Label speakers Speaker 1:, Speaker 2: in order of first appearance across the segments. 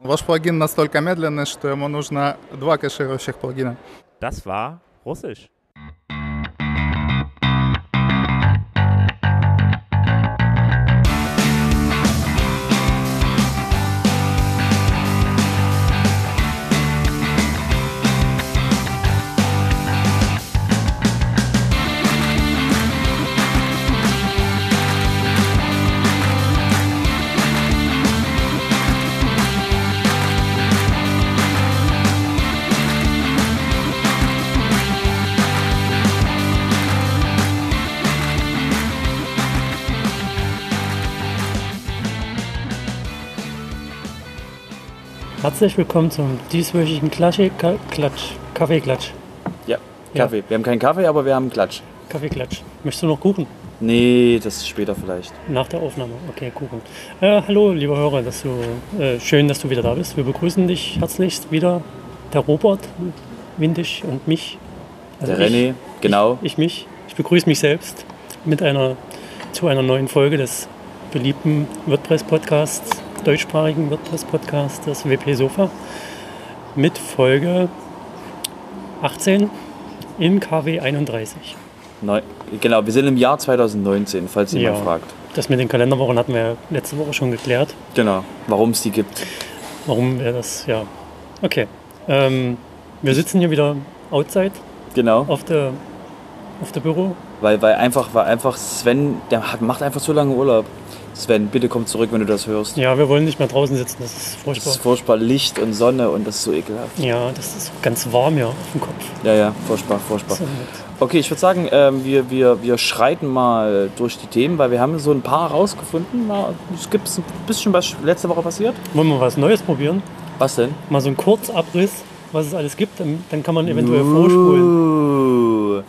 Speaker 1: Ваш плагин настолько медленный, что ему нужно два кэширующих плагина.
Speaker 2: Das war Russisch.
Speaker 3: Herzlich willkommen zum dieswöchigen Klatsche, Ka Klatsch, Kaffeeklatsch,
Speaker 4: Ja,
Speaker 3: Ja.
Speaker 4: Kaffee. Wir haben keinen Kaffee, aber wir haben einen Klatsch.
Speaker 3: Kaffeeklatsch. Möchtest du noch Kuchen?
Speaker 4: Nee, das ist später vielleicht.
Speaker 3: Nach der Aufnahme. Okay, Kuchen. Äh, hallo, lieber Hörer, dass du, äh, schön, dass du wieder da bist. Wir begrüßen dich herzlichst wieder. Der Robert, Windisch und mich. Also
Speaker 4: Der
Speaker 3: ich,
Speaker 4: René, genau.
Speaker 3: Ich mich. Ich begrüße mich selbst mit einer, zu einer neuen Folge des beliebten WordPress-Podcasts, deutschsprachigen WordPress-Podcasts, das WP Sofa, mit Folge 18 im KW 31.
Speaker 4: Neu, genau, wir sind im Jahr 2019, falls jemand
Speaker 3: Ja.
Speaker 4: fragt.
Speaker 3: Das mit den Kalenderwochen hatten wir ja letzte Woche schon geklärt,
Speaker 4: Genau, warum es die gibt.
Speaker 3: warum wir das, ja. Okay. Ähm, wir sitzen hier wieder outside
Speaker 4: Genau,
Speaker 3: auf der, auf der Büro.
Speaker 4: weil, weil einfach, weil einfach Sven, der hat, macht einfach so lange Urlaub. Sven, bitte komm zurück, wenn du das hörst.
Speaker 3: Ja, wir wollen nicht mehr draußen sitzen, das ist
Speaker 4: Das
Speaker 3: furchtbar.
Speaker 4: ist furchtbar Licht und Sonne und das ist so ekelhaft.
Speaker 3: Ja, das ist ganz warm hier auf dem Kopf.
Speaker 4: Ja, ja, furchtbar, furchtbar.
Speaker 3: So,
Speaker 4: Okay, ich würde sagen, ähm, wir, wir, wir schreiten mal durch die Themen, weil wir haben so ein paar rausgefunden. Na, Es gibt ein bisschen was letzte Woche passiert.
Speaker 3: Wollen wir was Neues probieren?
Speaker 4: Was denn?
Speaker 3: Mal so einen Kurzabriss, was es alles gibt, dann, dann kann man eventuell vorspulen.
Speaker 4: Uh.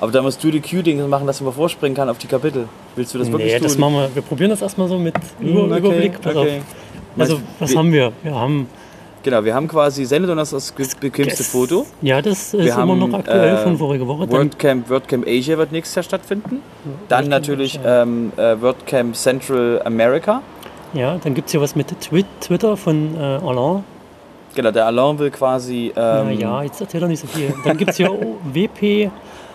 Speaker 4: Aber da musst du die Q-Dinge machen, dass man vorspringen kann auf die Kapitel. Willst du das wirklich
Speaker 3: Nee,
Speaker 4: tun?
Speaker 3: das machen wir. Wir probieren das erstmal so mit Über
Speaker 4: okay,
Speaker 3: Überblick. Pass auf.
Speaker 4: okay.
Speaker 3: Also, was
Speaker 4: wir,
Speaker 3: haben wir? Wir haben
Speaker 4: Genau, wir haben quasi Sendoners das be- bequemste
Speaker 3: das-
Speaker 4: Foto.
Speaker 3: Ja, das ist
Speaker 4: Wir
Speaker 3: immer
Speaker 4: haben,
Speaker 3: noch aktuell
Speaker 4: äh,
Speaker 3: von vorige Woche. Dann,
Speaker 4: WordCamp, WordCamp Asia wird nächstes Jahr stattfinden. Dann
Speaker 3: WordCamp
Speaker 4: natürlich
Speaker 3: Asia.
Speaker 4: ähm, äh, WordCamp Central America.
Speaker 3: ja, dann gibt es hier was mit Twi Twitter von äh, Alain.
Speaker 4: Genau, der Alain will quasi. Ähm,
Speaker 3: naja, jetzt erzähl doch nicht so viel. Dann gibt es hier O- WP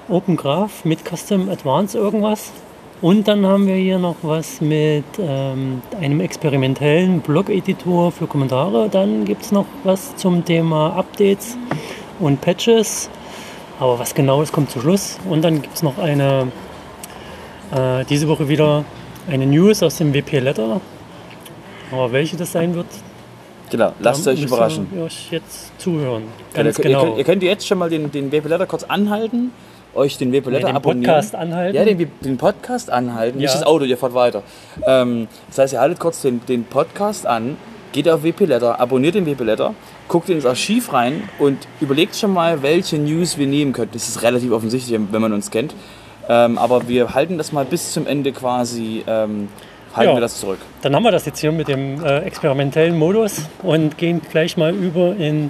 Speaker 3: Open Graph mit Custom Advanced irgendwas. Und dann haben wir hier noch was mit ähm, einem experimentellen Blog-Editor für Kommentare. Dann gibt es noch was zum Thema Updates und Patches. Aber was genau, das kommt zum Schluss. Und dann gibt es noch eine, äh, diese Woche wieder eine News aus dem WP Letter. Aber welche das sein wird,
Speaker 4: Genau, lasst
Speaker 3: da
Speaker 4: euch
Speaker 3: müsst ihr
Speaker 4: überraschen.
Speaker 3: euch jetzt zuhören.
Speaker 4: Ja,
Speaker 3: Ganz
Speaker 4: ihr,
Speaker 3: genau.
Speaker 4: ihr, könnt, ihr könnt jetzt schon mal den, den Vape Letter kurz anhalten, euch den Vape
Speaker 3: Nee,
Speaker 4: Letter
Speaker 3: den
Speaker 4: abonnieren.
Speaker 3: Podcast anhalten.
Speaker 4: Ja, den, den Podcast anhalten, nicht
Speaker 3: Ja.
Speaker 4: das Auto, ihr fahrt weiter. Ähm, das heißt, ihr haltet kurz den, den Podcast an, geht auf WP Letter, abonniert den WP Letter, guckt ins Archiv rein und überlegt schon mal, welche News wir nehmen könnten. Das ist relativ offensichtlich, wenn man uns kennt. Ähm, aber wir halten das mal bis zum Ende quasi, ähm, halten
Speaker 3: Ja.
Speaker 4: wir das zurück.
Speaker 3: Dann haben wir das jetzt hier mit dem äh, experimentellen Modus und gehen gleich mal über in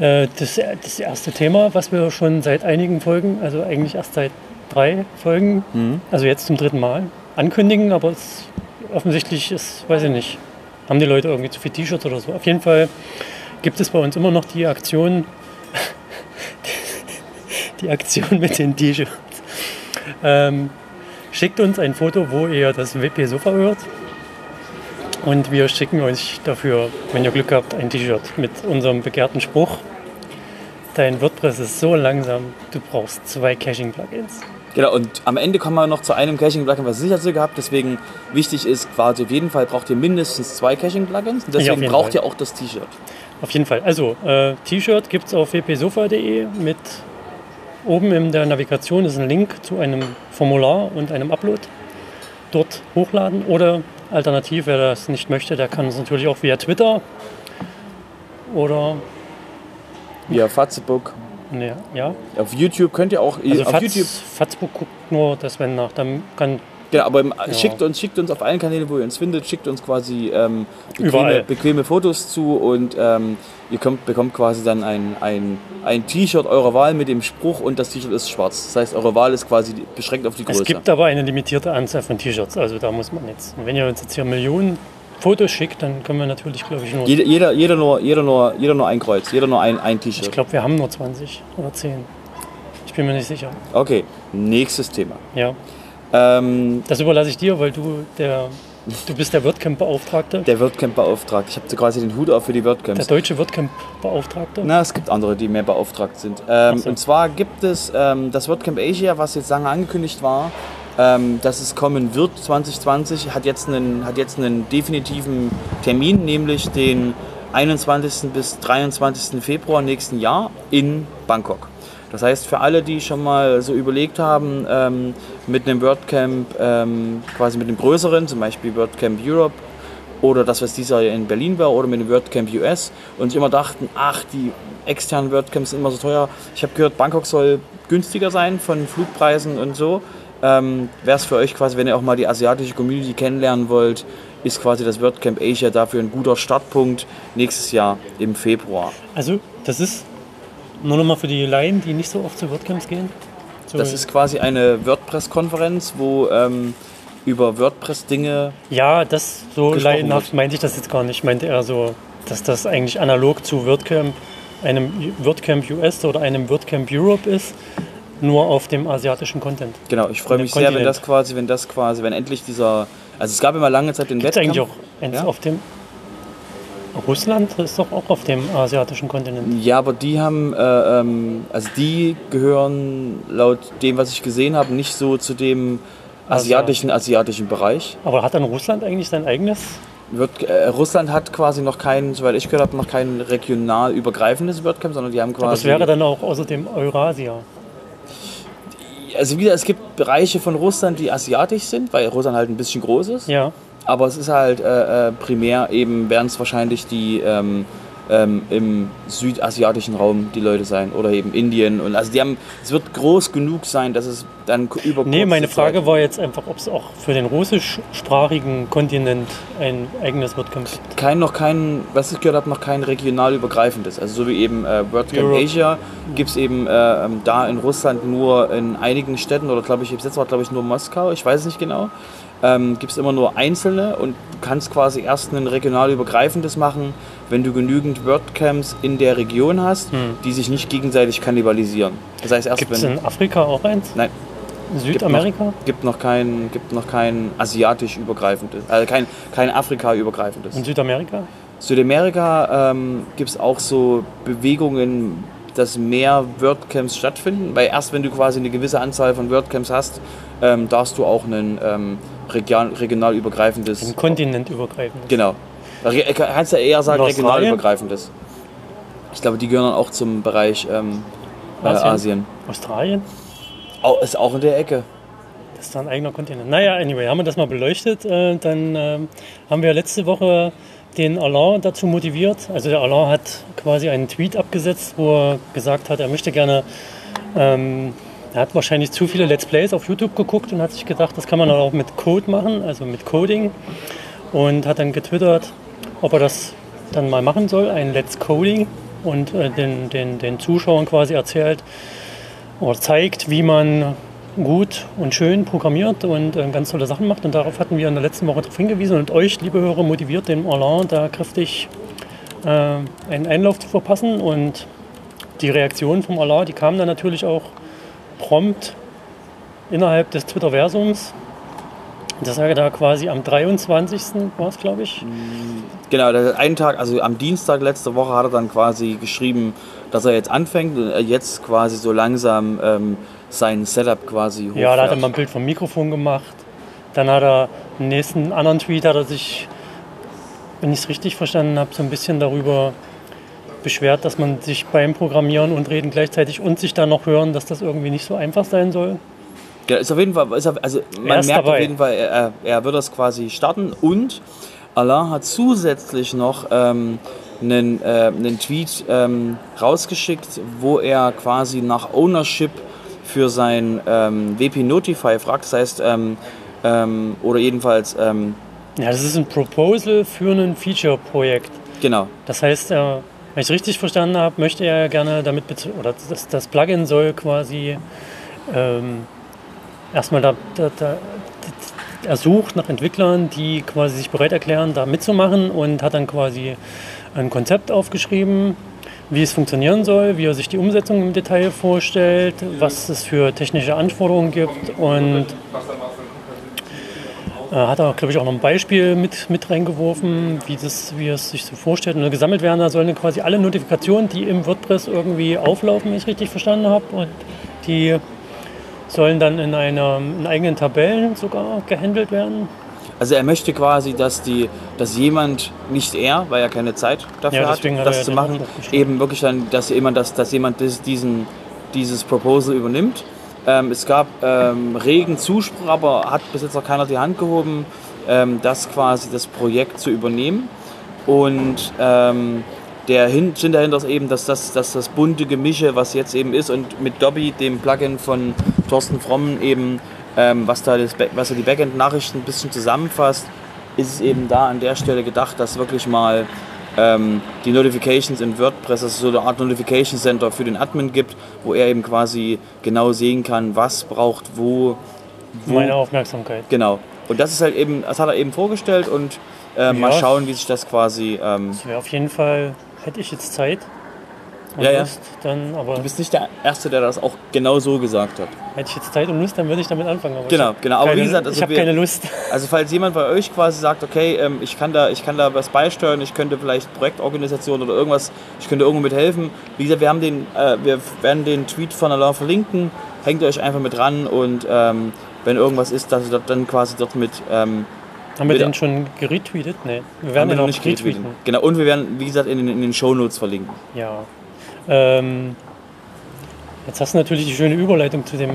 Speaker 3: äh, das, das erste Thema, was wir schon seit einigen Folgen, also eigentlich erst seit drei Folgen, also jetzt zum dritten Mal, ankündigen, aber es offensichtlich ist, weiß ich nicht, haben die Leute irgendwie zu viel T-Shirts oder so. Auf jeden Fall gibt es bei uns immer noch die Aktion, die Aktion mit den T-Shirts. Ähm, schickt uns ein Foto, wo ihr das WP Sofa hört. Und wir schicken euch dafür, wenn ihr Glück habt, ein T-Shirt mit unserem begehrten Spruch. Dein WordPress ist so langsam, du brauchst zwei Caching-Plugins.
Speaker 4: Genau, und am Ende kommen wir noch zu einem Caching-Plugin, was ich dazu gehabt Deswegen wichtig ist quasi, auf jeden Fall braucht ihr mindestens zwei Caching-Plugins. Und
Speaker 3: Ja, auf
Speaker 4: deswegen
Speaker 3: jeden
Speaker 4: braucht
Speaker 3: Fall.
Speaker 4: ihr auch das T-Shirt.
Speaker 3: Auf jeden Fall. Also, äh, T-Shirt gibt es auf wpsofa.de mit oben in der Navigation ist ein Link zu einem Formular und einem Upload. Dort hochladen oder alternativ, wer das nicht möchte, der kann es natürlich auch via Twitter oder
Speaker 4: Via Fazebook.
Speaker 3: ne, ja,
Speaker 4: Auf YouTube könnt ihr auch.
Speaker 3: Also
Speaker 4: auf YouTube.
Speaker 3: Fatz, Fatzburg guckt nur das Wenn nach. Dann kann
Speaker 4: Genau, aber im, schickt uns, schickt uns auf allen Kanälen, wo ihr uns findet, schickt uns quasi ähm, bequeme,
Speaker 3: Überall.
Speaker 4: bequeme Fotos zu und ähm, ihr kommt, bekommt quasi dann ein, ein, ein T-Shirt eurer Wahl mit dem Spruch und das T-Shirt ist schwarz. Das heißt, eure Wahl ist quasi die- beschränkt auf die Größe.
Speaker 3: es gibt aber eine limitierte Anzahl von T-Shirts. Also da muss man jetzt. Und wenn ihr uns jetzt hier Millionen Fotos schickt, dann können wir natürlich, glaube ich, nur.
Speaker 4: Jeder, jeder, jeder, nur, jeder, nur, jeder nur ein Kreuz, jeder nur ein, ein T-Shirt.
Speaker 3: Ich glaube, wir haben nur 20 oder 10. Ich bin mir nicht sicher.
Speaker 4: Okay, nächstes Thema.
Speaker 3: Ja.
Speaker 4: Ähm,
Speaker 3: Das überlasse ich dir, weil du der. Du bist der WordCamp-Beauftragte.
Speaker 4: der WordCamp-Beauftragte. Ich habe so quasi den Hut auf für die
Speaker 3: Der
Speaker 4: WordCamps.
Speaker 3: deutsche WordCamp-Beauftragte.
Speaker 4: Na, es gibt andere, die mehr beauftragt sind. Ähm,
Speaker 3: Ach so.
Speaker 4: Und zwar gibt es ähm, das WordCamp Asia, was jetzt lange angekündigt war, ähm, dass es kommen wird 2020, hat jetzt, einen, hat jetzt einen definitiven Termin, nämlich den 21. bis 23. Februar nächsten Jahr in Bangkok. Das heißt, für alle, die schon mal so überlegt haben, ähm, mit einem WordCamp, ähm, quasi mit einem größeren, zum Beispiel WordCamp Europe, oder das, was dieser in Berlin war, oder mit dem WordCamp US und sich immer dachten, ach, die externen WordCamps sind immer so teuer. Ich habe gehört, Bangkok soll günstiger sein von Flugpreisen und so. Ähm, Wäre es für euch quasi, wenn ihr auch mal die asiatische Community kennenlernen wollt, ist quasi das WordCamp Asia dafür ein guter Startpunkt nächstes Jahr im Februar.
Speaker 3: Also, das ist nur nochmal für die Laien, die nicht so oft zu WordCamps gehen. So,
Speaker 4: Das ist quasi eine WordPress-Konferenz, wo ähm, über WordPress-Dinge
Speaker 3: ja, das so
Speaker 4: gesprochen
Speaker 3: laienhaft
Speaker 4: wird.
Speaker 3: meinte ich das jetzt gar nicht. Meinte er so, dass das eigentlich analog zu WordCamp, einem WordCamp US oder einem WordCamp Europe ist, nur auf dem asiatischen Content.
Speaker 4: Genau, ich freue
Speaker 3: dem
Speaker 4: mich sehr, wenn
Speaker 3: Kontinent.
Speaker 4: das quasi, wenn das quasi, wenn endlich dieser, also es gab immer lange Zeit den
Speaker 3: Gibt es
Speaker 4: Wettkampf.
Speaker 3: eigentlich auch eins
Speaker 4: Ja.
Speaker 3: auf dem. Russland ist doch auch auf dem asiatischen Kontinent.
Speaker 4: Ja, aber die haben, äh, ähm, also die gehören laut dem, was ich gesehen habe, nicht so zu dem asiatischen, asiatischen Bereich.
Speaker 3: Aber hat dann Russland eigentlich sein eigenes?
Speaker 4: Wird, äh, Russland hat quasi noch kein, soweit ich gehört habe, noch kein regional übergreifendes WordCamp, sondern die haben quasi.
Speaker 3: Aber es wäre dann auch außerdem Eurasia.
Speaker 4: also wieder, es gibt Bereiche von Russland, die asiatisch sind, weil Russland halt ein bisschen groß ist.
Speaker 3: Ja.
Speaker 4: Aber es ist halt äh, äh, primär eben, werden es wahrscheinlich die ähm, ähm, im südasiatischen Raum die Leute sein oder eben Indien. Und also die haben, es wird groß genug sein, dass es dann k- über.
Speaker 3: Nee,
Speaker 4: kurze
Speaker 3: meine
Speaker 4: Zeit-
Speaker 3: Frage war jetzt einfach, ob es auch für den russischsprachigen Kontinent ein eigenes WordCamp gibt.
Speaker 4: Kein, noch kein, was ich gehört habe, noch kein regional übergreifendes. Also so wie eben äh, WordCamp
Speaker 3: Europe.
Speaker 4: Asia gibt es eben äh, ähm, da in Russland nur in einigen Städten oder glaube ich, jetzt war glaube ich nur Moskau, ich weiß es nicht genau, ähm, gibt es immer nur einzelne und du kannst quasi erst ein regional übergreifendes machen, wenn du genügend WordCamps in der Region hast, die sich nicht gegenseitig kannibalisieren. Das heißt erst
Speaker 3: Gibt es
Speaker 4: wenn...
Speaker 3: in Afrika auch eins?
Speaker 4: Nein,
Speaker 3: Südamerika?
Speaker 4: gibt noch kein, gibt noch kein asiatisch übergreifendes, also kein, kein Afrika übergreifendes.
Speaker 3: In Südamerika?
Speaker 4: Südamerika ähm, gibt es auch so Bewegungen, dass mehr WordCamps stattfinden, weil erst wenn du quasi eine gewisse Anzahl von WordCamps hast, ähm, darfst du auch ein ähm, regional, regional übergreifendes.
Speaker 3: Ein kontinentübergreifend.
Speaker 4: Genau. Re äh, kannst ja eher sagen,
Speaker 3: Und
Speaker 4: regional
Speaker 3: Australien?
Speaker 4: übergreifendes. Ich glaube, die gehören dann auch zum Bereich ähm, äh,
Speaker 3: Asien?
Speaker 4: Asien.
Speaker 3: Australien?
Speaker 4: Au- ist auch in der Ecke.
Speaker 3: Das ist da ein eigener Kontinent. Naja, anyway, haben wir das mal beleuchtet. Äh, Dann ähm, haben wir letzte Woche den Alain dazu motiviert. Also der Alain hat quasi einen Tweet abgesetzt, wo er gesagt hat, er möchte gerne, ähm, er hat wahrscheinlich zu viele Let's Plays auf YouTube geguckt und hat sich gedacht, das kann man auch mit Code machen, also mit Coding. Und hat dann getwittert, ob er das dann mal machen soll, ein Let's Coding. Und äh, den, den, den Zuschauern quasi erzählt, oder zeigt, wie man gut und schön programmiert und äh, ganz tolle Sachen macht. Und darauf hatten wir in der letzten Woche darauf hingewiesen und euch, liebe Hörer, motiviert, den Alain da kräftig äh, einen Einlauf zu verpassen. Und die Reaktion vom Alain, die kam dann natürlich auch prompt innerhalb des Twitter-Versums. Das war da quasi am 23. war es, glaube ich.
Speaker 4: Genau, der einen Tag, also am Dienstag letzte Woche hat er dann quasi geschrieben, dass er jetzt anfängt und er jetzt quasi so langsam ähm, sein Setup quasi hochfährt.
Speaker 3: Ja, da hat er mal ein Bild vom Mikrofon gemacht. Dann hat er im nächsten anderen Tweet hat er sich, wenn ich es richtig verstanden habe, so ein bisschen darüber beschwert, dass man sich beim Programmieren und Reden gleichzeitig und sich dann noch hören, dass das irgendwie nicht so einfach sein soll.
Speaker 4: Ja, Genau, ist auf jeden Fall, ist auf, also man
Speaker 3: Er ist
Speaker 4: merkt auf
Speaker 3: dabei.
Speaker 4: jeden Fall, er, er- er wird das quasi starten und Alain hat zusätzlich noch ähm, einen, äh, einen Tweet ähm, rausgeschickt, wo er quasi nach Ownership für sein ähm, WP Notify fragt, das heißt, ähm, ähm, oder jedenfalls, ähm,
Speaker 3: Ja, das ist ein Proposal für ein Feature-Projekt.
Speaker 4: genau,
Speaker 3: Das heißt, äh, wenn ich es richtig verstanden habe, möchte er gerne damit, bez- oder das, das Plugin soll quasi ähm, erstmal da, da, da, er sucht nach Entwicklern, die quasi sich bereit erklären, da mitzumachen und hat dann quasi ein Konzept aufgeschrieben, wie es funktionieren soll, wie er sich die Umsetzung im Detail vorstellt, was es für technische Anforderungen gibt und äh, hat er, glaube ich, auch noch ein Beispiel mit, mit reingeworfen, wie, das, wie er es sich so vorstellt. Und gesammelt werden, da sollen quasi alle Notifikationen, die im WordPress irgendwie auflaufen, wenn ich richtig verstanden habe. Und die sollen dann in, einer, in eigenen Tabellen sogar gehandelt werden.
Speaker 4: Also er möchte quasi, dass die, dass jemand, nicht er, weil er keine Zeit dafür
Speaker 3: Ja,
Speaker 4: hat,
Speaker 3: deswegen hat
Speaker 4: das
Speaker 3: er ja
Speaker 4: zu
Speaker 3: den
Speaker 4: machen,
Speaker 3: Antrag geschrieben.
Speaker 4: eben wirklich dann, dass jemand, dass, dass jemand dies, diesen, dieses Proposal übernimmt. Ähm, es gab ähm, regen Zuspruch, aber hat bis jetzt noch keiner die Hand gehoben, ähm, das quasi das Projekt zu übernehmen. Und ähm, der Hin- Sinn dahinter ist eben, dass das, dass das bunte Gemische, was jetzt eben ist, und mit Dobby, dem Plugin von Thorsten Frommen, eben, ähm, was da das, Back- was so die Backend-Nachrichten ein bisschen zusammenfasst, ist es eben da an der Stelle gedacht, dass wirklich mal ähm, die Notifications in WordPress, dass es so eine Art Notification Center für den Admin gibt, wo er eben quasi genau sehen kann, was braucht wo. wo
Speaker 3: Meine Aufmerksamkeit.
Speaker 4: genau. Und das ist halt eben, das hat er eben vorgestellt und äh, mal
Speaker 3: Ja.
Speaker 4: schauen, wie sich das quasi. Ähm,
Speaker 3: Das wäre auf jeden Fall, hätte ich jetzt Zeit. Und
Speaker 4: Ja, ja.
Speaker 3: Lust, dann, aber
Speaker 4: Du bist nicht der Erste, der das auch genau so gesagt hat.
Speaker 3: hätte ich jetzt Zeit und Lust, dann würde ich damit anfangen. Aber ich
Speaker 4: Genau,
Speaker 3: hab
Speaker 4: genau. Aber
Speaker 3: keine,
Speaker 4: wie gesagt, also
Speaker 3: ich habe
Speaker 4: wir-
Speaker 3: keine Lust.
Speaker 4: Also falls jemand bei euch quasi sagt, okay, ähm, ich, kann da, ich kann da was beisteuern, ich könnte vielleicht Projektorganisation oder irgendwas, ich könnte irgendwo mithelfen. Wie gesagt, wir, haben den, äh, wir werden den Tweet von Alain verlinken, hängt euch einfach mit dran und ähm, wenn irgendwas ist, dass ihr dort dann quasi dort mit... Ähm,
Speaker 3: Haben wir
Speaker 4: Bitte.
Speaker 3: den schon geretweetet? Nee, wir
Speaker 4: haben
Speaker 3: werden
Speaker 4: wir
Speaker 3: den
Speaker 4: noch
Speaker 3: auch
Speaker 4: nicht
Speaker 3: retweeten.
Speaker 4: retweeten. Genau, und wir werden, wie gesagt, in, den- in den Shownotes verlinken.
Speaker 3: Ja. Ähm, jetzt hast du natürlich die schöne Überleitung zu dem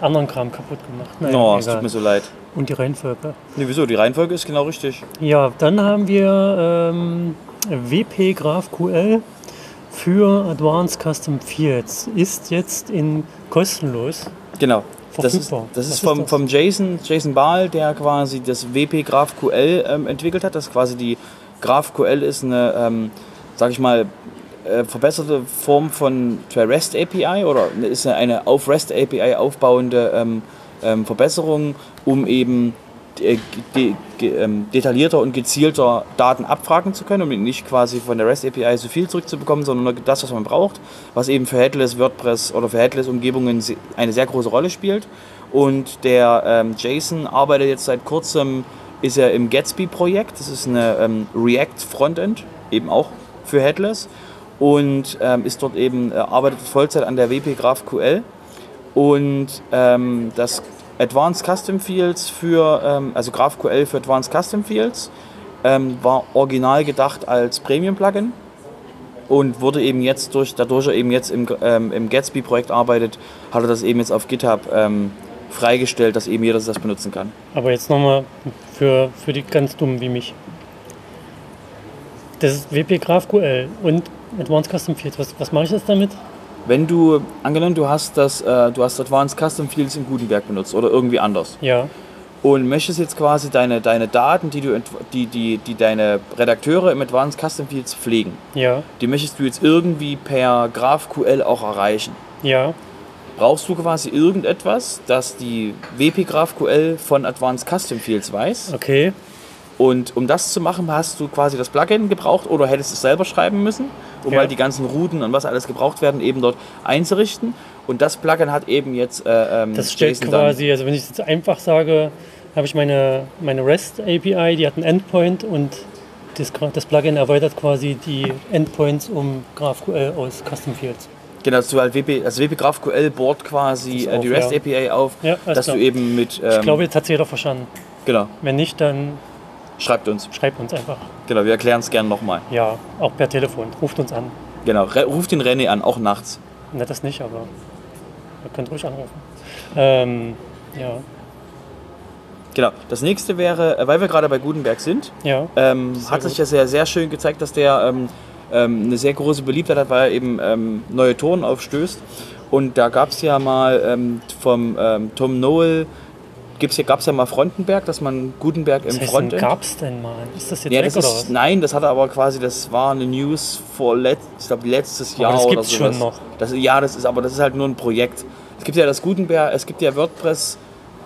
Speaker 3: anderen Kram kaputt gemacht. Naja,
Speaker 4: Oh, es
Speaker 3: egal.
Speaker 4: tut mir so leid.
Speaker 3: Und die Reihenfolge.
Speaker 4: Nee, wieso? Die Reihenfolge ist genau richtig.
Speaker 3: Ja, dann haben wir ähm, WP GraphQL für Advanced Custom Fields. Ist jetzt in kostenlos.
Speaker 4: Genau. Das ist,
Speaker 3: Verfügbar.
Speaker 4: das
Speaker 3: Was
Speaker 4: ist
Speaker 3: ist
Speaker 4: vom,
Speaker 3: das?
Speaker 4: vom Jason, Jason Bahl, der quasi das WP GraphQL ähm, entwickelt hat. Das ist quasi die GraphQL ist eine, ähm, sag ich mal, äh, verbesserte Form von der REST API oder ist eine auf REST API aufbauende ähm, ähm, Verbesserung, um eben äh, de, ge, ähm, detaillierter und gezielter Daten abfragen zu können, um nicht quasi von der REST API so viel zurückzubekommen, sondern nur das, was man braucht, was eben für Headless WordPress oder für Headless Umgebungen se- eine sehr große Rolle spielt. Und der ähm, Jason arbeitet jetzt seit kurzem, ist er im Gatsby-Projekt, das ist eine ähm, React-Frontend, eben auch für Headless, und ähm, ist dort eben, äh, arbeitet Vollzeit an der WP GraphQL und ähm, das Advanced Custom Fields für, ähm, also GraphQL für Advanced Custom Fields, ähm, war original gedacht als Premium-Plugin und wurde eben jetzt durch, dadurch er eben jetzt im, ähm, im Gatsby-Projekt arbeitet, hat er das eben jetzt auf GitHub ähm, freigestellt, dass eben jeder das benutzen kann.
Speaker 3: Aber jetzt nochmal für, für die ganz Dummen wie mich. Das ist WP GraphQL und Advanced Custom Fields. Was, was mache ich jetzt damit?
Speaker 4: Wenn du, angenommen, du hast das, äh, du hast Advanced Custom Fields in Gutenberg benutzt oder irgendwie anders
Speaker 3: Ja.
Speaker 4: und möchtest jetzt quasi deine, deine Daten, die, du, ent- die, die, die deine Redakteure im Advanced Custom Fields pflegen,
Speaker 3: Ja,
Speaker 4: die möchtest du jetzt irgendwie per GraphQL auch erreichen.
Speaker 3: ja,
Speaker 4: Brauchst du quasi irgendetwas, das die WP GraphQL von Advanced Custom Fields weiß?
Speaker 3: okay.
Speaker 4: Und um das zu machen, hast du quasi das Plugin gebraucht oder hättest es selber schreiben müssen, um
Speaker 3: Ja.
Speaker 4: halt die ganzen Routen und was alles gebraucht werden, eben dort einzurichten. Und das Plugin hat eben jetzt äh, ähm,
Speaker 3: Das stellt
Speaker 4: Jason dann-
Speaker 3: quasi, also wenn ich es jetzt einfach sage, habe ich meine, meine REST-API, die hat einen Endpoint und das, Gra- das Plugin erweitert quasi die Endpoints um GraphQL aus Custom Fields.
Speaker 4: Genau, dass du halt WP, also WP GraphQL bohrt quasi
Speaker 3: Das
Speaker 4: äh, die
Speaker 3: auch,
Speaker 4: REST
Speaker 3: ja.
Speaker 4: API auf,
Speaker 3: Ja, alles
Speaker 4: dass
Speaker 3: klar.
Speaker 4: du eben mit. Ähm,
Speaker 3: Ich glaube, jetzt hat es jeder verstanden.
Speaker 4: genau,
Speaker 3: Wenn nicht, dann
Speaker 4: schreibt uns.
Speaker 3: schreibt uns einfach.
Speaker 4: Genau, wir erklären es gerne nochmal.
Speaker 3: Ja, auch per Telefon. Ruft uns an.
Speaker 4: Genau, re- ruft den René an, auch nachts.
Speaker 3: Na, das nicht, aber ihr könnt ruhig anrufen. Ähm, ja,
Speaker 4: Genau, das nächste wäre, äh, weil wir gerade bei Gutenberg sind,
Speaker 3: ja,
Speaker 4: ähm,
Speaker 3: Sehr
Speaker 4: hat sich
Speaker 3: gut.
Speaker 4: ja sehr, sehr schön gezeigt, dass der ähm, ähm, eine sehr große Beliebtheit hat, weil er eben ähm, neue Toren aufstößt. Und da gab es ja mal ähm, vom ähm, Tom Noel, gibt's hier, gab es ja mal Frontenberg, dass man Gutenberg im
Speaker 3: was heißt denn,
Speaker 4: Frontend...
Speaker 3: gab's denn mal? Ist das jetzt
Speaker 4: Ja,
Speaker 3: weg
Speaker 4: das
Speaker 3: oder
Speaker 4: ist,
Speaker 3: was?
Speaker 4: nein, das hat er aber quasi, das war eine News vor let, ich glaub, letztes Jahr
Speaker 3: das
Speaker 4: oder
Speaker 3: gibt's
Speaker 4: sowas.
Speaker 3: schon noch.
Speaker 4: Das, ja, das ist, aber das ist halt nur ein Projekt. Es gibt ja das Gutenberg, es gibt ja WordPress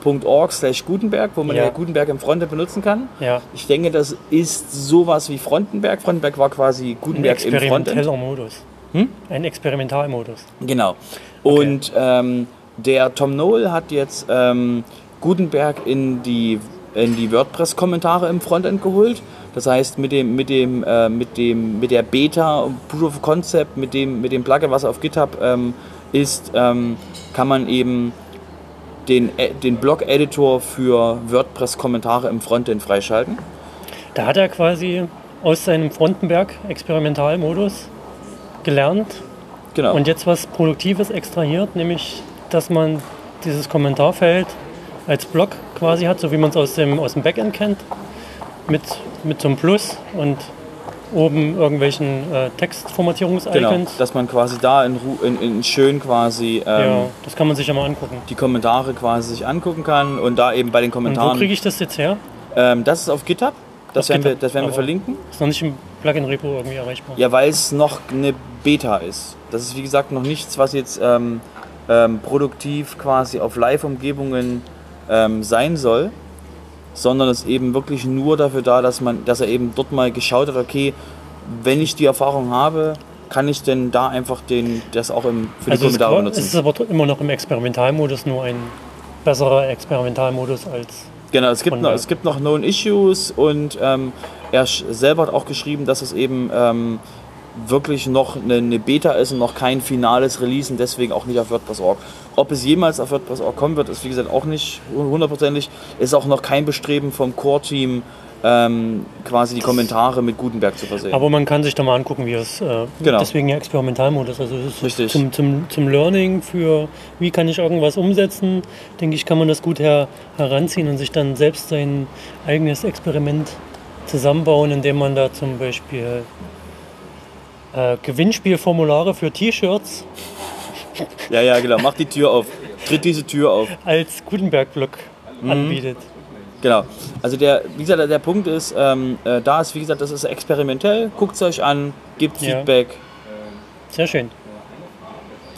Speaker 4: www.org slash Gutenberg, wo man
Speaker 3: Ja.
Speaker 4: ja Gutenberg im Frontend benutzen kann.
Speaker 3: Ja,
Speaker 4: Ich denke, das ist sowas wie Frontenberg. Frontenberg war quasi
Speaker 3: ein
Speaker 4: Gutenberg im Frontend.
Speaker 3: experimenteller Modus.
Speaker 4: Hm?
Speaker 3: Ein Experimentalmodus.
Speaker 4: Genau. Und ähm, der Tom Noel hat jetzt ähm, Gutenberg in die, in die WordPress-Kommentare im Frontend geholt. Das heißt, mit dem, mit dem, äh, mit dem, mit der Beta, und Proof of Concept, mit dem, mit dem Plugin, was auf GitHub ähm, ist, ähm, kann man eben den, äh, den Blog-Editor für WordPress-Kommentare im Frontend freischalten.
Speaker 3: Da hat er quasi aus seinem Frontenberg Experimentalmodus gelernt
Speaker 4: Genau.
Speaker 3: und jetzt was Produktives extrahiert, nämlich dass man dieses Kommentarfeld als Block quasi hat, so wie man es aus dem, aus dem Backend kennt, mit, mit so einem Plus und oben irgendwelchen äh,
Speaker 4: genau.
Speaker 3: Textformatierungs-Icons.
Speaker 4: Dass man quasi da in, Ru- in, in schön quasi ähm,
Speaker 3: ja, das kann man sich ja mal angucken.
Speaker 4: die Kommentare quasi sich angucken kann und da eben bei den
Speaker 3: Und wo kriege
Speaker 4: Kommentaren.
Speaker 3: ich das jetzt her?
Speaker 4: Ähm, das ist auf GitHub. Das
Speaker 3: Auf
Speaker 4: werden, Wir,
Speaker 3: GitHub,
Speaker 4: das werden wir
Speaker 3: aber-
Speaker 4: verlinken.
Speaker 3: Ist noch nicht im Plugin-Repo irgendwie erreichbar.
Speaker 4: Ja, weil es noch eine Beta ist. Das ist wie gesagt noch nichts, was jetzt ähm, ähm, produktiv quasi auf Live-Umgebungen ähm, sein soll, sondern es ist eben wirklich nur dafür da, dass man, dass er eben dort mal geschaut hat, okay, wenn ich die Erfahrung habe, kann ich denn da einfach den, das auch im, für die
Speaker 3: also es ist,
Speaker 4: Kommentare
Speaker 3: qua- es
Speaker 4: benutzen.
Speaker 3: ist aber tr- immer noch im Experimentalmodus, nur ein besserer Experimentalmodus als
Speaker 4: Genau, es gibt,
Speaker 3: Von
Speaker 4: noch,
Speaker 3: der-
Speaker 4: es gibt noch Known Issues und ähm, er sch- selber hat auch geschrieben, dass es eben ähm, wirklich noch eine, eine Beta ist und noch kein finales Release und deswegen auch nicht auf WordPress.org. Ob es jemals auf WordPress.org kommen wird, ist wie gesagt auch nicht hundertprozentig. Ist auch noch kein Bestreben vom Core-Team, ähm, quasi die Kommentare mit Gutenberg zu versehen.
Speaker 3: Aber man kann sich da mal angucken, wie es. Äh,
Speaker 4: Genau.
Speaker 3: Deswegen ja Experimentalmodus. Also es
Speaker 4: Richtig.
Speaker 3: ist zum, zum, zum Learning für, wie kann ich irgendwas umsetzen, denke ich, kann man das gut her, heranziehen und sich dann selbst sein eigenes Experiment zusammenbauen, indem man da zum Beispiel äh, Gewinnspielformulare für T-Shirts
Speaker 4: ja, ja, genau. Mach die Tür auf. Tritt diese Tür auf.
Speaker 3: als Gutenberg-Block
Speaker 4: Mhm.
Speaker 3: anbietet.
Speaker 4: Genau. Also der, wie gesagt, der Punkt ist, ähm, äh, da ist, wie gesagt, das ist experimentell. Guckt es euch an, gebt
Speaker 3: Ja.
Speaker 4: Feedback.
Speaker 3: Sehr schön.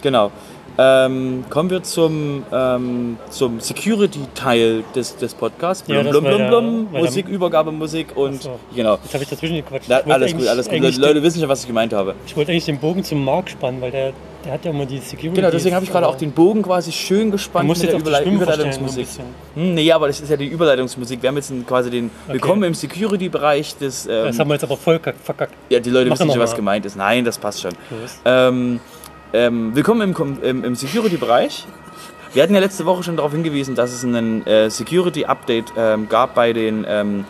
Speaker 4: Genau. Ähm, kommen wir zum, ähm, zum Security-Teil des, des Podcasts.
Speaker 3: Ja,
Speaker 4: Blum,
Speaker 3: das
Speaker 4: blum,
Speaker 3: war
Speaker 4: blum,
Speaker 3: der-
Speaker 4: blum.
Speaker 3: war der-
Speaker 4: Musik, Übergabe, Musik und
Speaker 3: Ach so.
Speaker 4: genau.
Speaker 3: Jetzt habe ich dazwischen gequatscht.
Speaker 4: Na,
Speaker 3: Ich wollte
Speaker 4: alles gut,
Speaker 3: eigentlich-
Speaker 4: alles gut.
Speaker 3: eigentlich
Speaker 4: Leute,
Speaker 3: den-
Speaker 4: Leute wissen schon, was ich gemeint habe.
Speaker 3: Ich wollte eigentlich den Bogen zum Marc spannen, weil der, der hat ja immer die äh, Security.
Speaker 4: Genau, deswegen habe ich gerade auch den Bogen quasi schön
Speaker 3: Du
Speaker 4: gespannt
Speaker 3: musst jetzt auf die
Speaker 4: Überlei-
Speaker 3: Stimmen
Speaker 4: Überleitungsmusik. Hm, nee, aber das ist ja die Überleitungsmusik. Wir haben jetzt einen, quasi den. Wir
Speaker 3: Okay.
Speaker 4: kommen im Security-Bereich des.
Speaker 3: Das haben
Speaker 4: Ähm,
Speaker 3: wir jetzt aber voll kack- verkackt.
Speaker 4: ja, die Leute
Speaker 3: Mach
Speaker 4: wissen
Speaker 3: doch
Speaker 4: schon,
Speaker 3: mal.
Speaker 4: was gemeint ist. Nein, das passt schon.
Speaker 3: Los.
Speaker 4: Ähm, ähm, willkommen im, Kom- im, im Security-Bereich. Wir hatten ja letzte Woche schon darauf hingewiesen, dass es ein äh, Security-Update ähm, gab bei, den, ähm,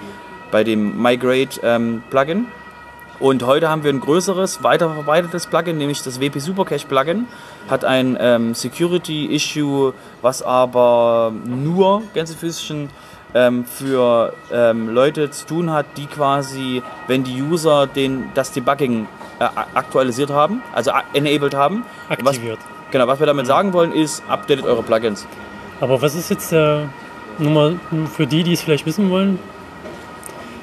Speaker 4: bei dem Migrate-Plugin. und heute haben wir ein größeres, weiter verbreitetes Plugin, nämlich das WP Supercache Plugin. Hat ein ähm, Security-Issue, was aber nur, Gänsefüßchen, ähm, für ähm, Leute zu tun hat, die quasi, wenn die User den, das Debugging äh, a- aktualisiert haben, also a- enabled haben. Und Was,
Speaker 3: Aktiviert.
Speaker 4: genau, was wir damit sagen wollen ist, updatet eure Plugins.
Speaker 3: Aber was ist jetzt äh, nochmal für die, die es vielleicht wissen wollen?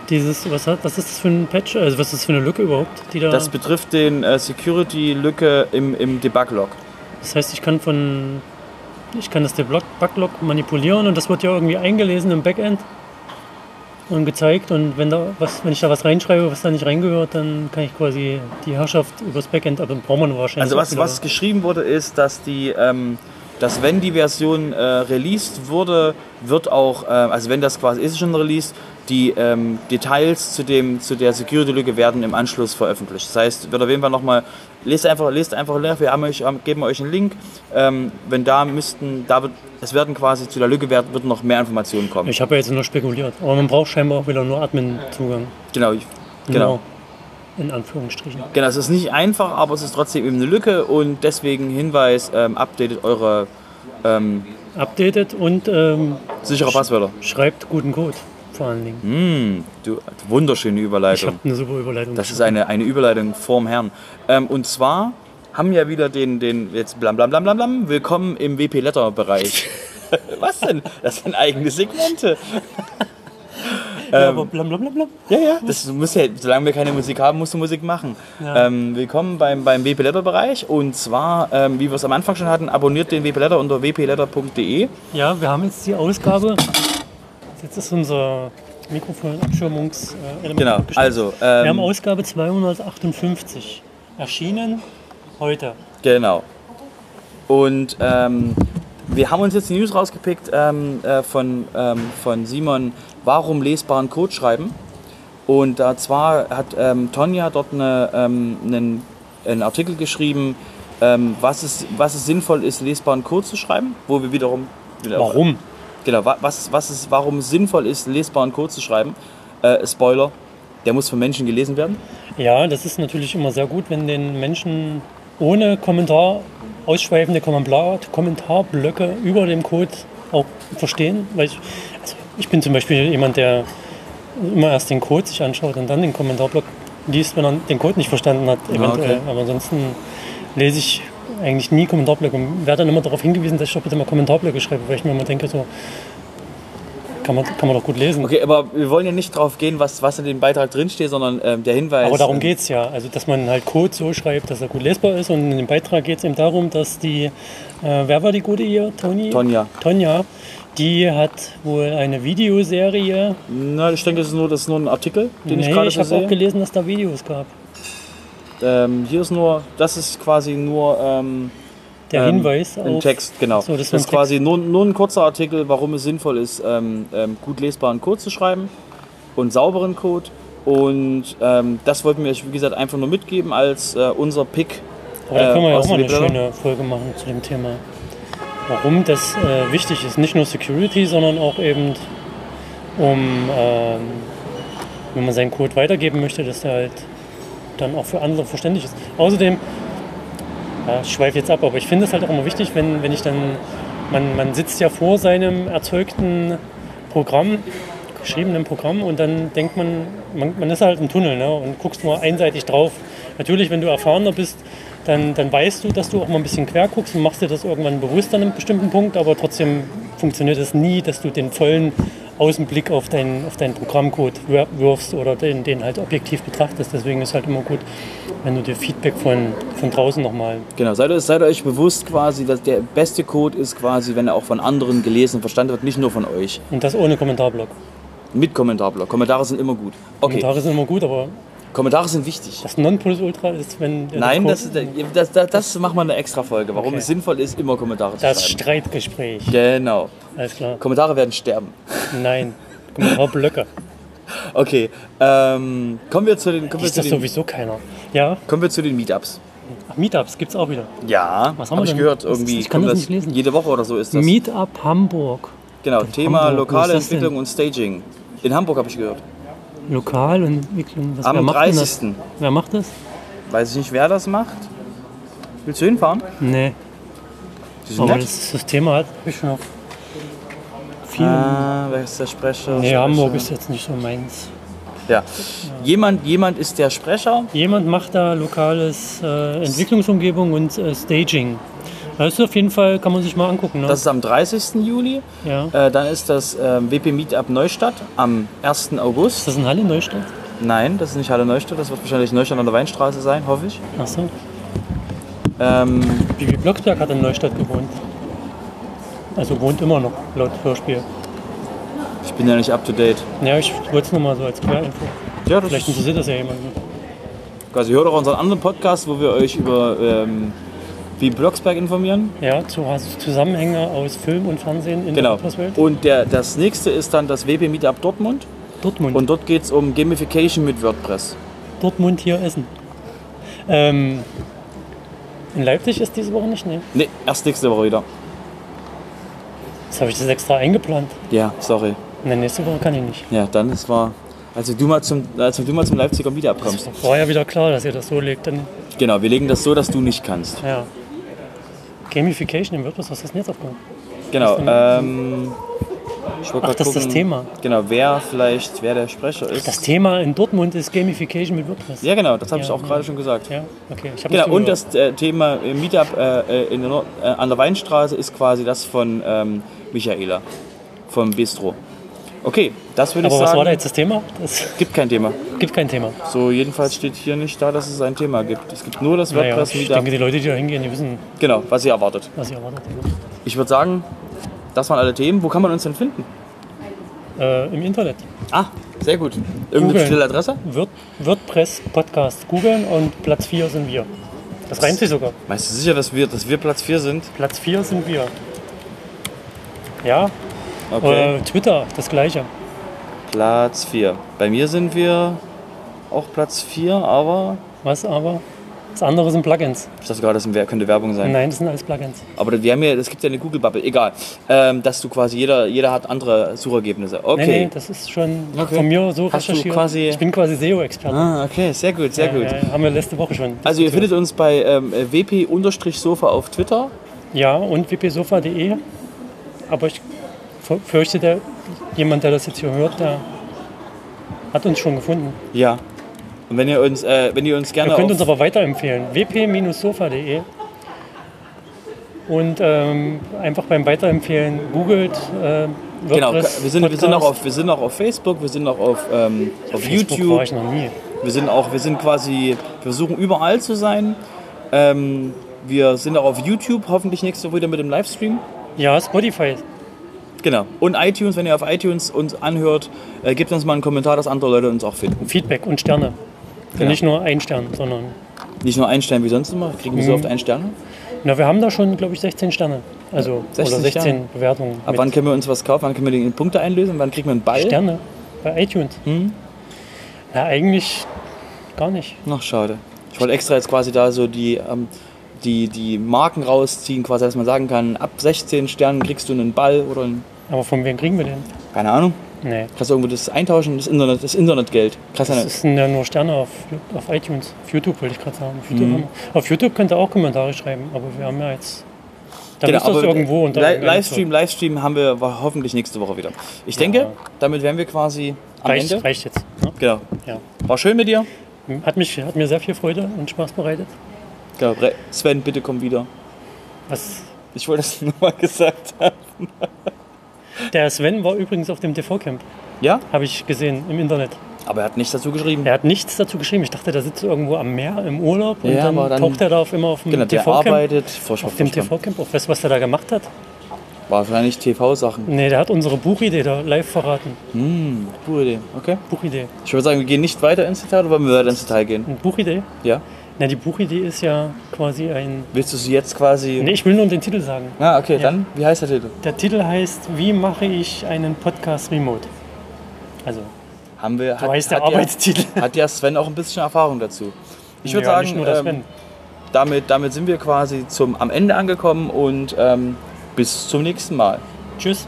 Speaker 3: Dieses, was, hat, was ist das für ein Patch? Also was ist das für eine Lücke überhaupt? Die da,
Speaker 4: Das betrifft den äh, Security-Lücke im, im Debug-Log.
Speaker 3: das heißt, ich kann von. Ich kann das der Block- Backlog manipulieren und das wird ja irgendwie eingelesen im Backend und gezeigt. Und wenn, da was, wenn ich da was reinschreibe, was da nicht reingehört, dann kann ich quasi die Herrschaft übers Backend, aber dann braucht man wahrscheinlich.
Speaker 4: Also
Speaker 3: auch
Speaker 4: was,
Speaker 3: wieder-
Speaker 4: was geschrieben wurde, ist, dass die, ähm, dass wenn die Version äh, released wurde, wird auch, äh, also wenn das quasi ist schon released, die ähm, Details zu dem, zu der Security-Lücke werden im Anschluss veröffentlicht. Das heißt, wird auf jeden Fall nochmal, lest einfach, lest einfach, nach, wir haben euch, haben- geben euch einen Link. Ähm, wenn da müssten, da wird, es werden quasi zu der Lücke werden, wird noch mehr Informationen kommen.
Speaker 3: Ich habe ja jetzt nur spekuliert, aber man braucht scheinbar auch wieder nur Admin-Zugang.
Speaker 4: genau, ich, genau.
Speaker 3: In Anführungsstrichen.
Speaker 4: Genau, es ist nicht einfach, aber es ist trotzdem eben eine Lücke und deswegen Hinweis, ähm, updatet eure ähm,
Speaker 3: Updatet und ähm,
Speaker 4: sichere Passwörter.
Speaker 3: schreibt guten Code, vor allen Dingen.
Speaker 4: Hm, du, wunderschöne
Speaker 3: Ich habe
Speaker 4: Überleitung.
Speaker 3: eine super Überleitung.
Speaker 4: Also Das ist eine, eine Überleitung vorm Herrn. Ähm, und zwar haben ja wieder den, den jetzt blam blam blam blam blam, willkommen im WP-Letter-Bereich. Was denn? Das sind eigene Segmente.
Speaker 3: Ja, aber blam, blam, blam, blam.
Speaker 4: Ja, ja. Das muss ja, solange wir keine Musik haben, musst du Musik machen.
Speaker 3: Ja.
Speaker 4: Ähm, willkommen beim, beim WP Letter Bereich und zwar, ähm, wie wir es am Anfang schon hatten, abonniert den WP Letter E. unter wpletter.de.
Speaker 3: Ja, wir haben jetzt die Ausgabe. Jetzt ist unser Mikrofon-Abschirmungselement.
Speaker 4: Genau,
Speaker 3: abgestellt.
Speaker 4: also,
Speaker 3: wir haben
Speaker 4: ähm,
Speaker 3: Ausgabe 258 erschienen heute.
Speaker 4: genau. Und ähm, wir haben uns jetzt die News rausgepickt ähm, äh, von, ähm, von Simon, warum lesbaren Code schreiben. Und da zwar hat ähm, Tonja dort eine, ähm, einen, einen Artikel geschrieben, ähm, was, es, was es sinnvoll ist, lesbaren Code zu schreiben, wo wir wiederum.
Speaker 3: Warum?
Speaker 4: Genau, wa- was, was ist, warum es sinnvoll ist, lesbaren Code zu schreiben. Äh, Spoiler, der muss von Menschen gelesen werden.
Speaker 3: Ja, das ist natürlich immer sehr gut, wenn den Menschen ohne Kommentar ausschweifende Kommentar, Kommentarblöcke über dem Code auch verstehen. Weil ich, also ich bin zum Beispiel jemand, der immer erst den Code sich anschaut und dann den Kommentarblock liest, wenn er den Code nicht verstanden hat, eventuell.
Speaker 4: okay.
Speaker 3: Aber ansonsten lese ich eigentlich nie Kommentarblöcke und werde dann immer darauf hingewiesen, dass ich doch bitte mal Kommentarblöcke schreibe, weil ich mir immer denke, so kann man, kann man doch gut lesen.
Speaker 4: Okay, aber wir wollen ja nicht drauf gehen, was, was in dem Beitrag drinsteht, sondern ähm, der Hinweis.
Speaker 3: Aber darum geht es ja. Also, dass man halt Code so schreibt, dass er gut lesbar ist. Und in dem Beitrag geht es eben darum, dass die, äh, wer war die gute hier? Toni?
Speaker 4: Tonja.
Speaker 3: Tonja. Die hat wohl eine Videoserie.
Speaker 4: Na, ich denke, das ist nur, das ist nur ein Artikel, den ich
Speaker 3: nee,
Speaker 4: gerade
Speaker 3: ich
Speaker 4: so
Speaker 3: habe auch
Speaker 4: sehe.
Speaker 3: gelesen, dass da Videos gab.
Speaker 4: Ähm, hier ist nur, das ist quasi nur ähm,
Speaker 3: Der
Speaker 4: ähm,
Speaker 3: Hinweis
Speaker 4: ein
Speaker 3: auf.
Speaker 4: Text, genau.
Speaker 3: So, das
Speaker 4: das
Speaker 3: war ein
Speaker 4: ist quasi nur, nur ein kurzer Artikel, warum es sinnvoll ist, ähm, ähm, gut lesbaren Code zu schreiben und sauberen Code. Und ähm, das wollten wir euch, wie gesagt, einfach nur mitgeben als äh, unser Pick.
Speaker 3: Aber da
Speaker 4: äh,
Speaker 3: können wir ja
Speaker 4: aus
Speaker 3: auch mal
Speaker 4: dem
Speaker 3: eine
Speaker 4: Blätter.
Speaker 3: schöne Folge machen zu dem Thema. Warum das äh, wichtig ist. Nicht nur Security, sondern auch eben um, ähm, wenn man seinen Code weitergeben möchte, dass der halt dann auch für andere verständlich ist. Außerdem, ja, ich schweife jetzt ab, aber ich finde es halt auch immer wichtig, wenn, wenn ich dann, man, man sitzt ja vor seinem erzeugten Programm, geschriebenen Programm und dann denkt man, man, man ist halt im Tunnel ne, und guckst nur einseitig drauf. Natürlich, wenn du erfahrener bist, dann, dann weißt du, dass du auch mal ein bisschen quer guckst und machst dir das irgendwann bewusst an einem bestimmten Punkt, aber trotzdem funktioniert es nie, dass du den vollen Außenblick auf deinen, auf deinen Programmcode wir- wirfst oder den, den halt objektiv betrachtest. Deswegen ist halt immer gut, wenn du dir Feedback von, von draußen nochmal
Speaker 4: Genau, seid, euch- seid euch bewusst quasi, dass der beste Code ist quasi, wenn er auch von anderen gelesen und verstanden wird, nicht nur von euch.
Speaker 3: und das ohne Kommentarblock.
Speaker 4: Mit Kommentarblock. Kommentare sind immer gut. Okay,
Speaker 3: Kommentare sind immer gut, aber
Speaker 4: Kommentare sind wichtig.
Speaker 3: das Nonplusultra ist, wenn der
Speaker 4: Nein,
Speaker 3: Code-
Speaker 4: das, das, das, das machen wir eine extra Folge, warum
Speaker 3: Okay.
Speaker 4: es sinnvoll ist, immer Kommentare zu
Speaker 3: das
Speaker 4: schreiben.
Speaker 3: Streitgespräch.
Speaker 4: Genau.
Speaker 3: Alles klar.
Speaker 4: Kommentare werden sterben.
Speaker 3: Nein. Kommentarblöcke.
Speaker 4: Okay, ähm, kommen wir zu den, kommen wir
Speaker 3: Ist
Speaker 4: zu
Speaker 3: das
Speaker 4: den,
Speaker 3: sowieso keiner. Ja,
Speaker 4: kommen wir zu den Meetups.
Speaker 3: ach, Meetups gibt's auch wieder.
Speaker 4: Ja,
Speaker 3: Was haben wir
Speaker 4: habe ich
Speaker 3: denn?
Speaker 4: gehört.
Speaker 3: Das-
Speaker 4: Irgendwie
Speaker 3: ich kann
Speaker 4: kommt
Speaker 3: das nicht lesen.
Speaker 4: Jede Woche oder so ist das.
Speaker 3: Meetup Hamburg.
Speaker 4: genau, Thema
Speaker 3: Hamburg, wo
Speaker 4: lokale
Speaker 3: ist das denn?
Speaker 4: Entwicklung und Staging. In Hamburg habe ich gehört.
Speaker 3: Lokal und Entwicklung. Was,
Speaker 4: Am
Speaker 3: wer macht denn
Speaker 4: 30..
Speaker 3: das? Wer macht das?
Speaker 4: Weiß ich nicht, wer das macht. Willst du hinfahren?
Speaker 3: Nee.
Speaker 4: Die sind
Speaker 3: Aber
Speaker 4: nett.
Speaker 3: Oh, das, das Thema hat mich schon auf vielen.
Speaker 4: Ah, wer ist der Sprecher?
Speaker 3: nee,
Speaker 4: Sprecher.
Speaker 3: Hamburg ist jetzt nicht so meins.
Speaker 4: Ja. Jemand, jemand ist der Sprecher.
Speaker 3: Jemand macht da lokales äh, Entwicklungsumgebung und äh, Staging. Das ist auf jeden Fall, kann man sich mal angucken. Ne?
Speaker 4: Das ist am 30. Juli.
Speaker 3: ja. Ist
Speaker 4: Äh, dann ist das ähm, WP Meetup Neustadt am 1. August.
Speaker 3: das in Halle Neustadt?
Speaker 4: Nein, das ist nicht Halle Neustadt. Das wird wahrscheinlich Neustadt an der Weinstraße sein, hoffe ich.
Speaker 3: Achso.
Speaker 4: Ähm,
Speaker 3: Bibi Blocksberg hat in Neustadt gewohnt. Also wohnt immer noch, laut Hörspiel.
Speaker 4: ich bin ja nicht up to date.
Speaker 3: Ja, ich wollte es nur mal so als Querinfo.
Speaker 4: Ja, das
Speaker 3: Vielleicht
Speaker 4: ist
Speaker 3: interessiert das ja jemanden.
Speaker 4: quasi. Hört auch unseren anderen Podcast, wo wir euch über ähm, wie Blocksberg informieren.
Speaker 3: Ja, zu also Zusammenhänge aus Film und Fernsehen in
Speaker 4: Genau.
Speaker 3: der Podcast-Welt.
Speaker 4: Und der, das nächste ist dann das WP Meetup Dortmund.
Speaker 3: Dortmund.
Speaker 4: Und dort geht es um Gamification mit WordPress.
Speaker 3: Dortmund hier essen. Ähm, in Leipzig ist diese Woche nicht, ne?
Speaker 4: Nee, erst nächste Woche wieder.
Speaker 3: Jetzt habe ich das extra eingeplant.
Speaker 4: Ja, sorry.
Speaker 3: Ne, nächste Woche kann ich nicht.
Speaker 4: Ja, dann es war. Also du mal zum, also du mal zum Leipziger Meetup kommst.
Speaker 3: War ja wieder klar, dass ihr das so legt. Dann,
Speaker 4: Genau, wir legen das so, dass du nicht kannst.
Speaker 3: ja. Gamification im WordPress, was ist denn jetzt aufgekommen?
Speaker 4: Genau.
Speaker 3: denn-
Speaker 4: Ähm, ich wollte
Speaker 3: Ach,
Speaker 4: grad
Speaker 3: das ist das
Speaker 4: gucken,
Speaker 3: Thema.
Speaker 4: Genau, wer vielleicht, wer der Sprecher ist.
Speaker 3: Das Thema in Dortmund ist Gamification mit WordPress.
Speaker 4: ja, genau, das habe ich
Speaker 3: Ja,
Speaker 4: auch gerade schon gesagt.
Speaker 3: Ja, okay. Ich hab
Speaker 4: Genau,
Speaker 3: nicht
Speaker 4: und
Speaker 3: zugehört.
Speaker 4: das äh, Thema äh, Meetup äh, äh, in der Nord äh, an der Weinstraße ist quasi das von ähm, Michaela vom Bistro. Okay, das würde ich
Speaker 3: Aber was war da
Speaker 4: sagen.
Speaker 3: jetzt das Thema? Es
Speaker 4: Es gibt kein Thema.
Speaker 3: gibt kein Thema.
Speaker 4: So, jedenfalls steht hier nicht da, dass es ein Thema gibt. Es gibt nur das
Speaker 3: Naja,
Speaker 4: WordPress
Speaker 3: ich
Speaker 4: Meetup.
Speaker 3: denke, die Leute, die da hingehen, die wissen,
Speaker 4: Genau, was ihr erwartet.
Speaker 3: was sie erwartet.
Speaker 4: Ich würde sagen, das waren alle Themen. Wo kann man uns denn finden?
Speaker 3: Äh, Im Internet.
Speaker 4: Ah, sehr gut. Irgendeine
Speaker 3: Google.
Speaker 4: spezielle Adresse?
Speaker 3: Word, WordPress Podcast googeln und Platz 4 sind wir. Das reimt sich sogar.
Speaker 4: Weißt du sicher, dass wir, dass wir Platz 4 sind?
Speaker 3: Platz 4 sind wir. Ja,
Speaker 4: Okay.
Speaker 3: äh, Twitter, das gleiche. Äh.
Speaker 4: Platz 4. Bei mir sind wir auch Platz 4, aber
Speaker 3: Was aber? Das andere sind Plugins. Äh,
Speaker 4: ich dachte gerade, das sind- könnte Werbung sein.
Speaker 3: Nein, das sind alles Plugins.
Speaker 4: Aber wir haben ja, es gibt ja eine Google-Bubble, egal. Ähm, dass du quasi, jeder, jeder hat andere Suchergebnisse. Okay.
Speaker 3: Nein, nee, das ist schon
Speaker 4: Okay.
Speaker 3: von mir so
Speaker 4: Hast du
Speaker 3: recherchiert.
Speaker 4: quasi-
Speaker 3: ich bin quasi SEO-Experte.
Speaker 4: Ah, okay, sehr gut, sehr gut.
Speaker 3: Ja, ja, haben wir letzte Woche schon.
Speaker 4: Also ihr
Speaker 3: diskutiert.
Speaker 4: findet uns bei ähm, wp-sofa auf Twitter.
Speaker 3: Ja, und wpsofa.de. Aber ich ver- fürchte, der, jemand, der das jetzt hier hört, der hat uns schon gefunden.
Speaker 4: Ja. Und wenn ihr uns, äh, wenn ihr uns gerne
Speaker 3: Ihr könnt uns
Speaker 4: auf,
Speaker 3: aber weiterempfehlen. wp-sofa.de. E. Und ähm, einfach beim Weiterempfehlen googelt. Äh,
Speaker 4: genau, wir
Speaker 3: WordPress
Speaker 4: sind, wir sind auch
Speaker 3: Podcast.
Speaker 4: auf, wir sind auch auf Facebook, wir sind auch auf, ähm, auf
Speaker 3: Facebook
Speaker 4: YouTube,
Speaker 3: War ich noch nie.
Speaker 4: wir sind auch, wir sind quasi, wir versuchen überall zu sein. Ähm, wir sind auch auf YouTube, hoffentlich nächste Woche wieder mit dem Livestream.
Speaker 3: Ja, Spotify.
Speaker 4: Genau. Und iTunes, wenn ihr auf iTunes uns anhört, äh, gebt uns mal einen Kommentar, dass andere Leute uns auch finden.
Speaker 3: Feedback und Sterne. Und
Speaker 4: Genau.
Speaker 3: Nicht nur ein Stern, sondern.
Speaker 4: Nicht nur einen Stern wie sonst immer, kriegen wir so
Speaker 3: Mhm.
Speaker 4: oft einen Stern.
Speaker 3: Na, wir haben da schon, glaube ich, 16 Sterne. Also,
Speaker 4: 16
Speaker 3: oder 16
Speaker 4: Sterne.
Speaker 3: Bewertungen.
Speaker 4: Ab
Speaker 3: mit
Speaker 4: wann können wir uns was kaufen? Wann können wir die Punkte einlösen? Wann kriegen wir einen Ball?
Speaker 3: Sterne bei iTunes?
Speaker 4: Hm?
Speaker 3: Na, eigentlich gar nicht.
Speaker 4: Ach, schade. Ich wollte extra jetzt quasi da so die, ähm, die, die Marken rausziehen, quasi, dass man sagen kann, ab 16 Sternen kriegst du einen Ball oder einen,
Speaker 3: Aber von wem kriegen wir den?
Speaker 4: keine Ahnung,
Speaker 3: Nee.
Speaker 4: kannst du irgendwo das eintauschen, das Internet, das Internetgeld. Krass,
Speaker 3: Das
Speaker 4: ne?
Speaker 3: ist- sind ja nur Sterne auf, auf iTunes. Auf YouTube wollte ich gerade sagen. Auf YouTube,
Speaker 4: Mhm.
Speaker 3: haben wir- auf YouTube könnt ihr auch Kommentare schreiben, aber wir haben ja jetzt. Da ist das irgendwo unter.
Speaker 4: Genau, Li
Speaker 3: irgendeinem
Speaker 4: Livestream, Livestream haben wir wa- hoffentlich nächste Woche wieder. Ich denke, damit wären wir quasi
Speaker 3: Zeug.
Speaker 4: am
Speaker 3: Reicht,
Speaker 4: Ende.
Speaker 3: reicht jetzt. Ne?
Speaker 4: Genau.
Speaker 3: Ja.
Speaker 4: War schön mit dir.
Speaker 3: Hat, mich, hat mir sehr viel Freude und Spaß bereitet.
Speaker 4: Genau. Re- Sven, bitte komm wieder.
Speaker 3: Was,
Speaker 4: Ich wollte das nur mal gesagt haben.
Speaker 3: der Sven war übrigens auf dem TV-Camp,
Speaker 4: Ja?
Speaker 3: habe ich gesehen im Internet.
Speaker 4: Aber er hat nichts dazu geschrieben.
Speaker 3: Er hat nichts dazu geschrieben. Ich dachte, der sitzt irgendwo am Meer im Urlaub und
Speaker 4: Ja,
Speaker 3: dann,
Speaker 4: aber dann-
Speaker 3: taucht er da auf immer auf dem
Speaker 4: Genau, der
Speaker 3: TV-Camp.
Speaker 4: arbeitet. Furchtbar,
Speaker 3: Auf dem
Speaker 4: furchtbar.
Speaker 3: TV-Camp auf. Weißt du, was der da gemacht hat?
Speaker 4: Wahrscheinlich TV-Sachen.
Speaker 3: Nee, der hat unsere Buchidee da live verraten.
Speaker 4: Hm, gute Idee. Okay.
Speaker 3: Buchidee.
Speaker 4: Ich würde sagen, wir gehen nicht weiter ins Detail, oder wollen wir weiter ins Detail gehen?
Speaker 3: Eine Buchidee?
Speaker 4: Ja?
Speaker 3: Na, die Buchidee ist ja quasi ein.
Speaker 4: Willst du sie jetzt quasi.
Speaker 3: Nee, ich will nur den Titel sagen.
Speaker 4: Ah, okay, dann, wie heißt der Titel?
Speaker 3: Der Titel heißt Wie mache ich einen Podcast remote? Also,
Speaker 4: Haben wir.
Speaker 3: so heißt der Arbeitstitel.
Speaker 4: Ja, hat ja Sven auch ein bisschen Erfahrung dazu. Ich würde
Speaker 3: ja,
Speaker 4: sagen,
Speaker 3: nicht nur das
Speaker 4: ähm,
Speaker 3: Wenn.
Speaker 4: Damit, damit sind wir quasi zum, am Ende angekommen und ähm, bis zum nächsten Mal.
Speaker 3: Tschüss.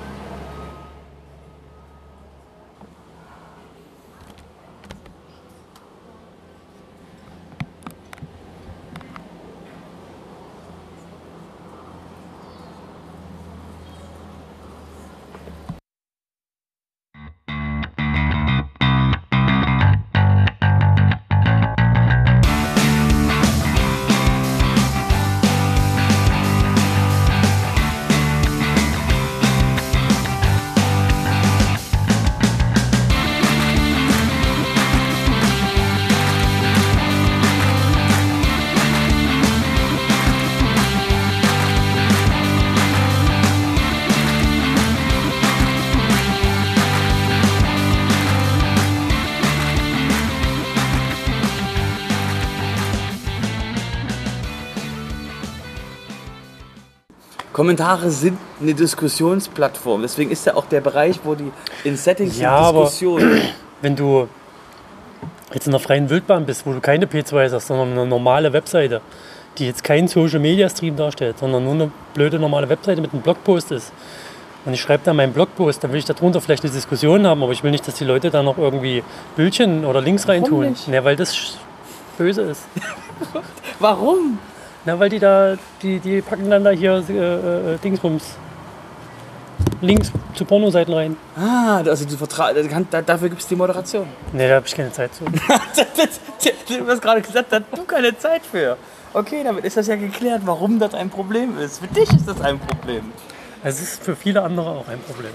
Speaker 4: Kommentare sind eine Diskussionsplattform. Deswegen ist ja auch der Bereich, wo die in Settings
Speaker 3: Ja, aber-
Speaker 4: Diskussionen.
Speaker 3: Wenn du jetzt in der freien Wildbahn bist, wo du keine P2s hast, sondern eine normale Webseite, die jetzt keinen Social Media Stream darstellt, sondern nur eine blöde normale Webseite mit einem Blogpost ist. Und ich schreibe da meinen Blogpost, dann will ich darunter vielleicht eine Diskussion haben, aber ich will nicht, dass die Leute da noch irgendwie Bildchen oder Links reintun.
Speaker 4: nicht?
Speaker 3: Ja, weil das sch- böse ist.
Speaker 4: Warum?
Speaker 3: Na, weil die da, die, die packen dann da hier äh, äh, Dingsbums. Links zu Pornoseiten rein.
Speaker 4: Ah, also du vertra da kann- da- dafür gibt es die Moderation.
Speaker 3: Ne, da habe ich keine Zeit zu.
Speaker 4: du hast gerade gesagt, da hast du keine Zeit für. Okay, damit ist das ja geklärt, warum das ein Problem ist. Für dich ist das ein Problem.
Speaker 3: Es ist für viele andere auch ein Problem.